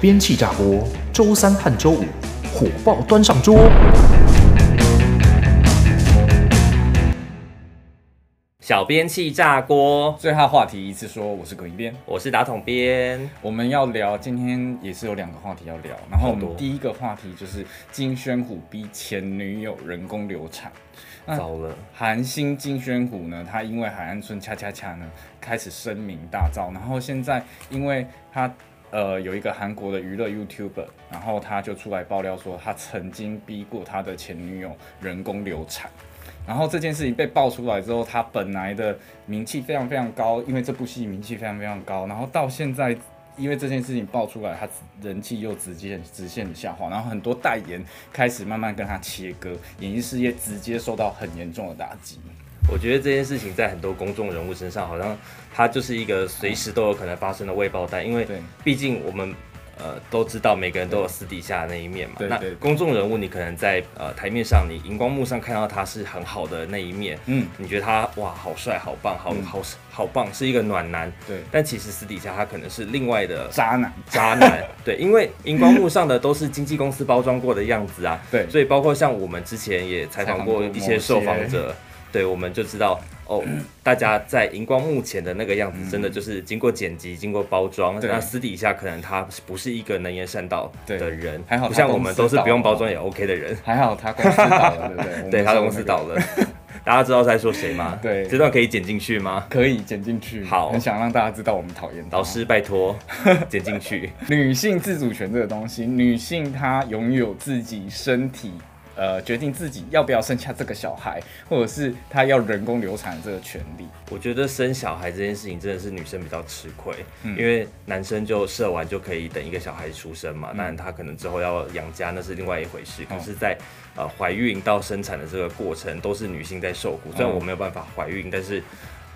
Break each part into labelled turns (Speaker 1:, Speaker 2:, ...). Speaker 1: 边气炸锅，周三和周五火爆端上桌。
Speaker 2: 小编气炸锅，
Speaker 3: 最后的话题一次说，我是葛一边。
Speaker 2: 我是打桶边。
Speaker 3: 我们要聊，今天也是有两个话题要聊。然后我
Speaker 2: 好多
Speaker 3: 们第一个话题就是金宣虎逼前女友人工流产。那
Speaker 2: 糟了，
Speaker 3: 韩星金宣虎呢，他因为海岸村恰恰恰呢开始声名大噪，然后现在因为他呃有一个韩国的娱乐 YouTuber，然后他就出来爆料说他曾经逼过他的前女友人工流产。然后这件事情被爆出来之后，他本来的名气非常非常高，因为这部戏名气非常非常高，然后到现在。因为这件事情爆出来，他人气又直线直线的下滑，然后很多代言开始慢慢跟他切割，演艺事业直接受到很严重的打击。
Speaker 2: 我觉得这件事情在很多公众人物身上，好像它就是一个随时都有可能发生的未爆弹，因为
Speaker 3: 对
Speaker 2: 毕竟我们。呃，都知道每个人都有私底下的那一面嘛。
Speaker 3: 对
Speaker 2: 那
Speaker 3: 对对
Speaker 2: 公众人物，你可能在呃台面上，你荧光幕上看到他是很好的那一面，
Speaker 3: 嗯，
Speaker 2: 你觉得他哇好帅、好棒、好、
Speaker 3: 嗯
Speaker 2: 好好棒，是一个暖男。
Speaker 3: 对，
Speaker 2: 但其实私底下他可能是另外的
Speaker 3: 渣男，
Speaker 2: 渣男， 对，因为荧光幕上的都是经纪公司包装过的样子啊，
Speaker 3: 对
Speaker 2: 所以包括像我们之前也采访过
Speaker 3: 采访过
Speaker 2: 一些受访者，对，我们就知道哦，大家在荧光幕前的那个样子，真的就是经过剪辑、经过包装，
Speaker 3: 嗯对
Speaker 2: 那私底下可能他不是一个能言善道的人，
Speaker 3: 还好
Speaker 2: 不
Speaker 3: 他
Speaker 2: 像我们都是不用包
Speaker 3: 公司
Speaker 2: 装也 OK 的 人，
Speaker 3: 还好他公司倒了，对不 对？
Speaker 2: 对
Speaker 3: 我们
Speaker 2: 他
Speaker 3: 说
Speaker 2: 公司
Speaker 3: 那个
Speaker 2: 倒了，大家知道在说谁吗？
Speaker 3: 对
Speaker 2: 这段可以剪进去吗？
Speaker 3: 可以剪进去，
Speaker 2: 好
Speaker 3: 很想让大家知道我们讨厌他
Speaker 2: 老师，拜 托，剪进去。
Speaker 3: 女性自主权这个东西，女性她拥有自己身体，呃，决定自己要不要生下这个小孩，或者是她要人工流产的这个权利。
Speaker 2: 我觉得生小孩这件事情真的是女生比较吃亏，因为男生就射完就可以等一个小孩出生嘛，当然他可能之后要养家那是另外一回事。可是在，呃怀孕到生产的这个过程，都是女性在受苦。虽然我没有办法怀孕，但是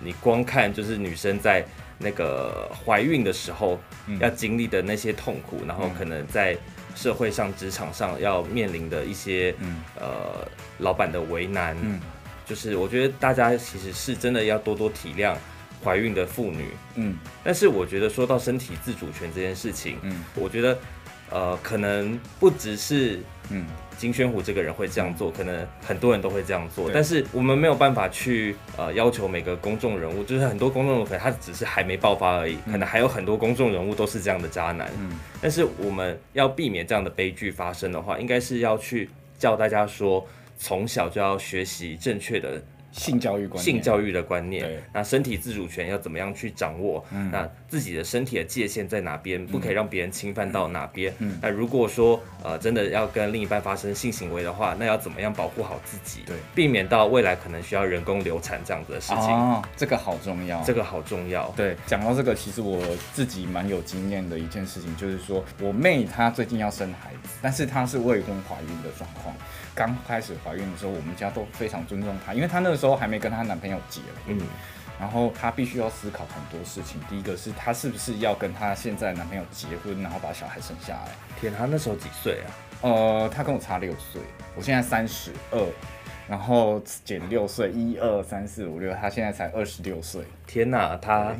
Speaker 2: 你光看就是女生在那个怀孕的时候要经历的那些痛苦，然后可能在社会上、职场上要面临的一些、呃老板的为难，
Speaker 3: 嗯
Speaker 2: 就是我觉得大家其实是真的要多多体谅怀孕的妇女。
Speaker 3: 嗯
Speaker 2: 但是我觉得说到身体自主权这件事情，
Speaker 3: 嗯
Speaker 2: 我觉得呃可能不只是
Speaker 3: 嗯，
Speaker 2: 金宣虎这个人会这样做，可能很多人都会这样做，
Speaker 3: 对
Speaker 2: 但是我们没有办法去呃要求每个公众人物，就是很多公众人物可能他只是还没爆发而已，可能还有很多公众人物都是这样的渣男。
Speaker 3: 嗯
Speaker 2: 但是我们要避免这样的悲剧发生的话，应该是要去教大家说，从小就要学习正确的
Speaker 3: 性教育观念，啊
Speaker 2: 性教育的观念
Speaker 3: 对，嗯
Speaker 2: 那身体自主权要怎么样去掌握？那自己的身体的界限在哪边？不可以让别人侵犯到哪边？
Speaker 3: 嗯
Speaker 2: 那如果说呃真的要跟另一半发生性行为的话，那要怎么样保护好自己？
Speaker 3: 对
Speaker 2: 避免到未来可能需要人工流产这样子的事情，
Speaker 3: 啊、这个好重要，
Speaker 2: 这个好重要。
Speaker 3: 对，讲到这个，其实我自己蛮有经验的一件事情，就是说我妹她最近要生孩子，但是她是未婚怀孕的状况。刚开始怀孕的时候，我们家都非常尊重她，因为她那个时候还没跟她男朋友结婚，
Speaker 2: 嗯，
Speaker 3: 然后她必须要思考很多事情。第一个是她是不是要跟她现在男朋友结婚，然后把小孩生下来。
Speaker 2: 天啊，他那时候几岁啊？
Speaker 3: 呃，她跟我差六岁，我现在三十二，然后减六岁，一二三四五六，她现在才二十六岁。
Speaker 2: 天哪、他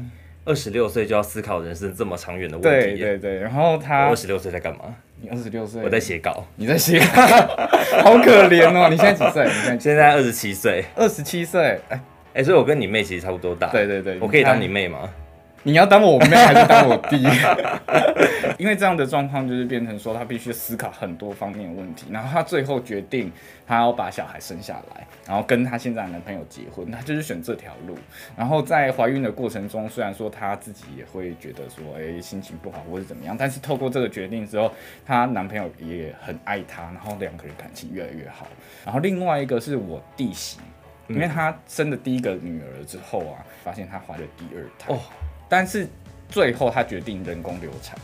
Speaker 2: 二十六岁就要思考人生这么长远的问题耶。
Speaker 3: 对对对，然后
Speaker 2: 我
Speaker 3: 她
Speaker 2: 二，十六岁在干嘛？
Speaker 3: 你二十六岁，
Speaker 2: 我在写稿，
Speaker 3: 你在写， 好可怜哦！你现在几岁？你现在
Speaker 2: 现在二十七岁。
Speaker 3: 二十七岁，哎，
Speaker 2: 哎、所以我跟你妹其实差不多大。
Speaker 3: 对对对
Speaker 2: 我可以当你
Speaker 3: 你看
Speaker 2: 妹吗？
Speaker 3: 你要当我妹还是当我弟？ 因为这样的状况就是变成说，他必须思考很多方面的问题，然后他最后决定他要把小孩生下来，然后跟他现在的男朋友结婚，他就是选这条路。然后在怀孕的过程中，虽然说她自己也会觉得说，哎、心情不好或者怎么样，但是透过这个决定之后，她男朋友也很爱她，然后两个人感情越来越好。然后另外一个是我弟媳。因为她生了第一个女儿之后啊，发现她怀了第二胎，
Speaker 2: 哦，
Speaker 3: 但是最后她决定人工流产，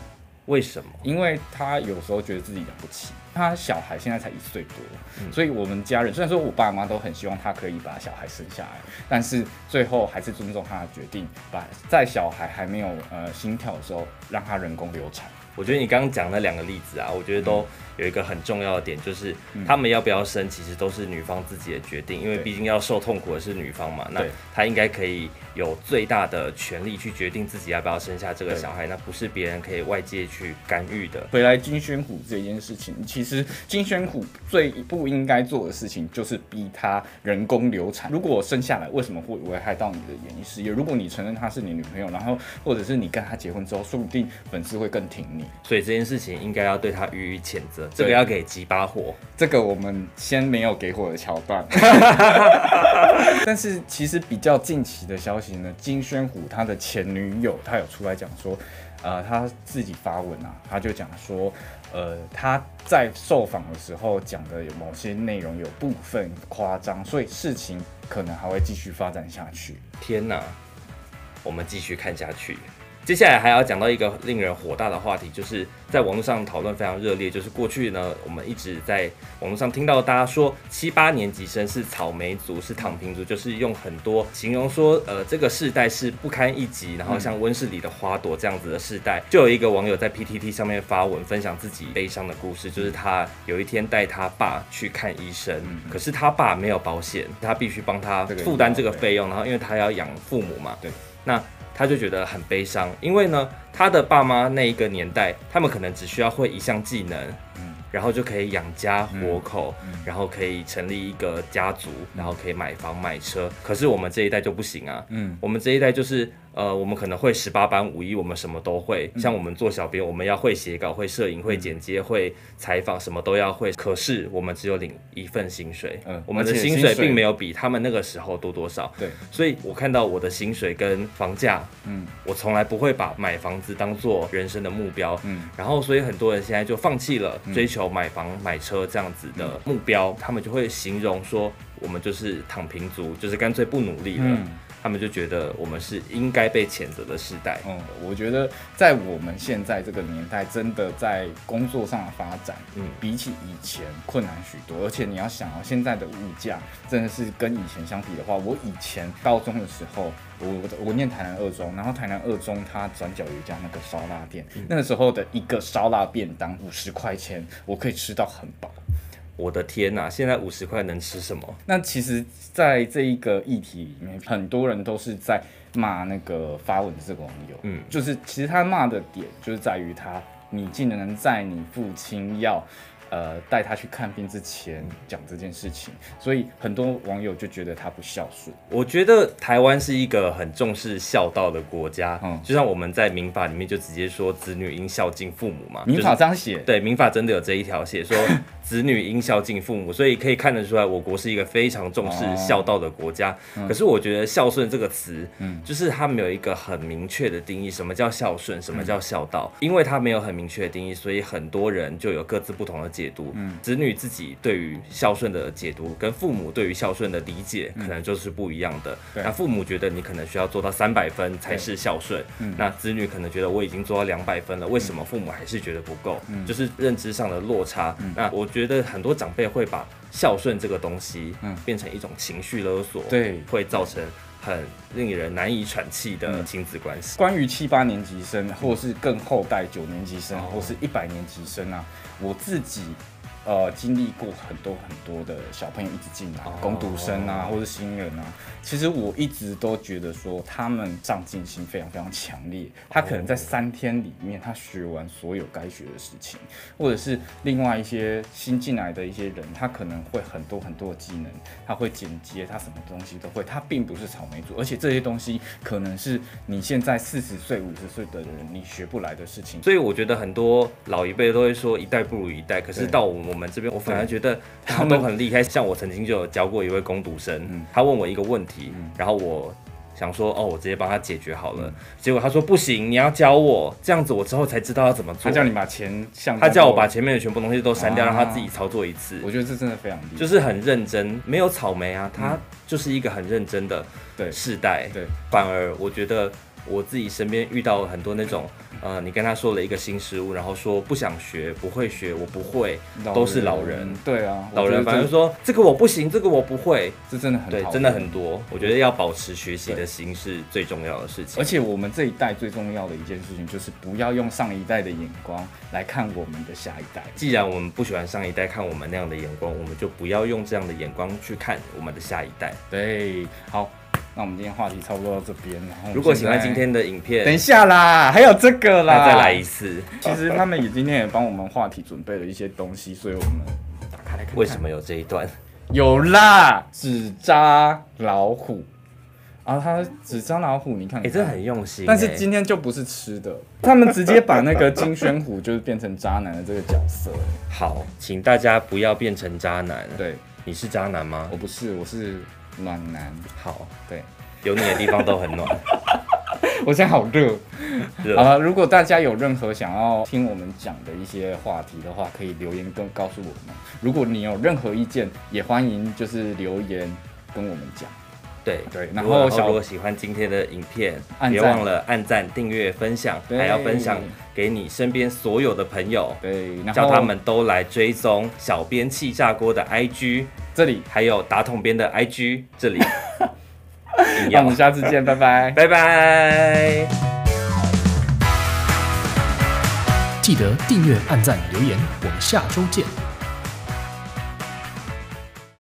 Speaker 2: 为什么？
Speaker 3: 因为她有时候觉得自己养不起，他小孩现在才一岁多，所以我们家人虽然说我爸妈都很希望他可以把小孩生下来，但是最后还是尊重他的决定，把在小孩还没有呃心跳的时候让他人工流产。
Speaker 2: 我觉得你刚刚讲那两个例子啊，我觉得
Speaker 3: 嗯
Speaker 2: 都有一个很重要的点，就是他们要不要生，其实都是女方自己的决定，因为
Speaker 3: 对
Speaker 2: 毕竟要受痛苦的是女方嘛，那
Speaker 3: 对
Speaker 2: 她应该可以有最大的权利去决定自己要不要生下这个小孩，那不是别人可以外界去干预的。
Speaker 3: 回来金宣虎这件事情，其实金宣虎最不应该做的事情就是逼他人工流产。如果生下来，为什么会危害到你的演艺事业？如果你承认她是你女朋友，然后或者是你跟她结婚之后，说不定粉丝会更挺你。
Speaker 2: 所以这件事情应该要对她予以谴责，这个
Speaker 3: 对
Speaker 2: 要给鸡巴火。
Speaker 3: 这个我们先没有给火的桥段，但是其实比较近期的消息呢，金宣虎他的前女友她有出来讲说，呃，她自己发文啊，她就讲说，呃，她在受访的时候讲的有某些内容有部分夸张，所以事情可能还会继续发展下去。
Speaker 2: 天哪！我们继续看下去。接下来还要讲到一个令人火大的话题，就是在网络上讨论非常热烈。就是过去呢，我们一直在网络上听到大家说七八年级生是草莓族，是躺平族，就是用很多形容说，呃，这个世代是不堪一击，然后像温室里的花朵这样子的世代。就有一个网友在 PTT 上面发文分享自己悲伤的故事，就是他有一天带他爸去看医生，可是他爸没有保险，他必须帮他
Speaker 3: 嗯这个
Speaker 2: 负担
Speaker 3: 医疗
Speaker 2: 这个
Speaker 3: 费
Speaker 2: 费用，然后因为他要养父母嘛，
Speaker 3: 对，
Speaker 2: 那他就觉得很悲伤，因为呢，他的爸妈那一个年代，他们可能只需要会一项技能，
Speaker 3: 嗯
Speaker 2: 然后就可以养家活口，然后可以成立一个家族，然后可以买房买车。可是我们这一代就不行啊，
Speaker 3: 嗯，
Speaker 2: 我们这一代就是。呃，我们可能会十八般武艺，我们什么都会。
Speaker 3: 嗯
Speaker 2: 像我们做小编，我们要会写稿、会摄影、会剪接、会采访，什么都要会。可是我们只有领一份薪水，
Speaker 3: 嗯
Speaker 2: 我们的
Speaker 3: 而且
Speaker 2: 薪
Speaker 3: 薪
Speaker 2: 水
Speaker 3: 水
Speaker 2: 并没有比他们那个时候多多少。
Speaker 3: 对，
Speaker 2: 所以我看到我的薪水跟房价，
Speaker 3: 嗯
Speaker 2: 我从来不会把买房子当做人生的目标，
Speaker 3: 嗯，
Speaker 2: 然后所以很多人现在就放弃了追求买房、买车这样子的目标，
Speaker 3: 嗯
Speaker 2: 他们就会形容说我们就是躺平族，就是干脆不努力了，
Speaker 3: 嗯
Speaker 2: 他们就觉得我们是应该被谴责的世代。
Speaker 3: 嗯，我觉得在我们现在这个年代，真的在工作上的发展，
Speaker 2: 嗯
Speaker 3: 嗯，比起以前困难许多。而且你要想哦，现在的物价真的是跟以前相比的话，我以前高中的时候，我我我念台南二中，然后台南二中它转角有一家那个烧腊店，那个时候的一个烧腊便当五十块钱，我可以吃到很饱。
Speaker 2: 我的天呐、现在五十块能吃什么？
Speaker 3: 那其实，在这一个议题里面，很多人都是在骂那个发文的这个网友，
Speaker 2: 嗯
Speaker 3: 嗯，就是其实他骂的点就是在于他，你竟然能在你父亲要。呃，带他去看病之前讲这件事情，所以很多网友就觉得他不孝顺。
Speaker 2: 我觉得台湾是一个很重视孝道的国家，
Speaker 3: 嗯
Speaker 2: 就像我们在民法里面就直接说子女应孝敬父母嘛，
Speaker 3: 民
Speaker 2: 就是
Speaker 3: 法这样写，
Speaker 2: 对，民法真的有这一条写说子女应孝敬父母，所以可以看得出来，我国是一个非常重视
Speaker 3: 哦
Speaker 2: 孝道的国家。可是我觉得“孝顺”这个词，就是它没有一个很明确的定义，什么叫孝顺，什么叫孝道？因为它没有很明确的定义，所以很多人就有各自不同的解读。子女自己对于孝顺的解读，跟父母对于孝顺的理解，可能就是不一样的。
Speaker 3: 嗯对
Speaker 2: 那父母觉得你可能需要做到三百分才是孝顺，
Speaker 3: 嗯
Speaker 2: 那子女可能觉得我已经做到两百分了，为什么父母还是觉得不够？
Speaker 3: 嗯
Speaker 2: 就是认知上的落差。那我觉得很多长辈会把孝顺这个东西
Speaker 3: 嗯
Speaker 2: 变成一种情绪勒索，
Speaker 3: 对
Speaker 2: 会造成很令人难以喘气
Speaker 3: 嗯
Speaker 2: 的亲子关系。
Speaker 3: 关于七八年级生，或是更后代九年级生，
Speaker 2: 嗯哦
Speaker 3: 或是一百年级生啊，我自己呃经历过很多很多的小朋友一直进来
Speaker 2: 哦，
Speaker 3: 工读生啊，或是新人啊，其实我一直都觉得说他们上进心非常非常强烈，他可能在三天里面他学完所有该学的事情，或者是另外一些新进来的一些人，他可能会很多很多的技能，他会剪接，他什么东西都会，他并不是草莓族，而且这些东西可能是你现在四十岁、五十岁的人你学不来的事情。
Speaker 2: 所以我觉得很多老一辈都会说一代不如一代，可是
Speaker 3: 对
Speaker 2: 到我们这边，我反而觉得他
Speaker 3: 他
Speaker 2: 们
Speaker 3: 们
Speaker 2: 都很厉害。像我曾经就有教过一位攻读生，他问我一个问题，
Speaker 3: 嗯
Speaker 2: 然后我想说哦，我直接帮他解决好了。结果他说不行，你要教我，这样子我之后才知道要怎么做。
Speaker 3: 他叫你把钱像
Speaker 2: 他叫我把，前面的全部东西都删掉，
Speaker 3: 啊
Speaker 2: 让他自己操作一次。
Speaker 3: 我觉得这真的非常厉害，
Speaker 2: 就是很认真，没有草莓啊，他就是一个很认真的
Speaker 3: 嗯对
Speaker 2: 世代。
Speaker 3: 对，
Speaker 2: 反而我觉得我自己身边遇到很多那种呃，你跟他说了一个新事物，然后说不想学、不会学、我不会，
Speaker 3: 老
Speaker 2: 都是老人。
Speaker 3: 对啊，
Speaker 2: 老人反
Speaker 3: 反
Speaker 2: 而
Speaker 3: 正
Speaker 2: 说这个我不行，这个我不会，
Speaker 3: 这真的很
Speaker 2: 对，
Speaker 3: 讨厌
Speaker 2: 真的很多。我觉得要保持学习的心是最重要的事情。
Speaker 3: 而且我们这一代最重要的一件事情，就是不要用上一代的眼光来看我们的下一代。
Speaker 2: 既然我们不喜欢上一代看我们那样的眼光，我们就不要用这样的眼光去看我们的下一代。
Speaker 3: 对，好，那我们今天话题差不多到这边。然后我们
Speaker 2: 如果喜欢
Speaker 3: 现
Speaker 2: 今
Speaker 3: 在，
Speaker 2: 天的影片，
Speaker 3: 等一下啦，还有这个啦，
Speaker 2: 那再来一。次。
Speaker 3: 其实他们也今天也帮我们话题准备了一些东西，所以我们打开来看看。
Speaker 2: 为什么有这一段？
Speaker 3: 有啦？纸扎老虎啊，它纸扎老虎，你看
Speaker 2: 哎、真的很用 心、
Speaker 3: 但是
Speaker 2: 哎
Speaker 3: 今天就不是吃的，他们直接把那个金宣虎就是变成渣男的这个角色。
Speaker 2: 好，请大家不要变成渣男。，
Speaker 3: 对，
Speaker 2: 你是渣男吗
Speaker 3: 我？不是，我是暖男。
Speaker 2: 好，
Speaker 3: 对，
Speaker 2: 有你的地方都很暖。
Speaker 3: 我现在好热。
Speaker 2: 热
Speaker 3: 好了，如果大家有任何想要听我们讲的一些话题的话，可以留言跟告诉我们。如果你有任何意见，也欢迎就是留言跟我们讲。
Speaker 2: 对
Speaker 3: 对然
Speaker 2: 然
Speaker 3: 后
Speaker 2: 后
Speaker 3: 小
Speaker 2: 如果喜欢今天的影片，
Speaker 3: 按赞
Speaker 2: 别忘了按赞、订阅、分享，
Speaker 3: 对
Speaker 2: 还要分享给你身边所有的朋友，
Speaker 3: 对，然后
Speaker 2: 叫他们都来追踪小编气炸锅的 IG，
Speaker 3: 这里，
Speaker 2: 还有打桶边的 IG 这里。一
Speaker 3: 那我
Speaker 2: 样
Speaker 3: 们，下次见，拜拜。
Speaker 2: 拜拜。
Speaker 1: 记得订阅、按赞、留言，我们下周见。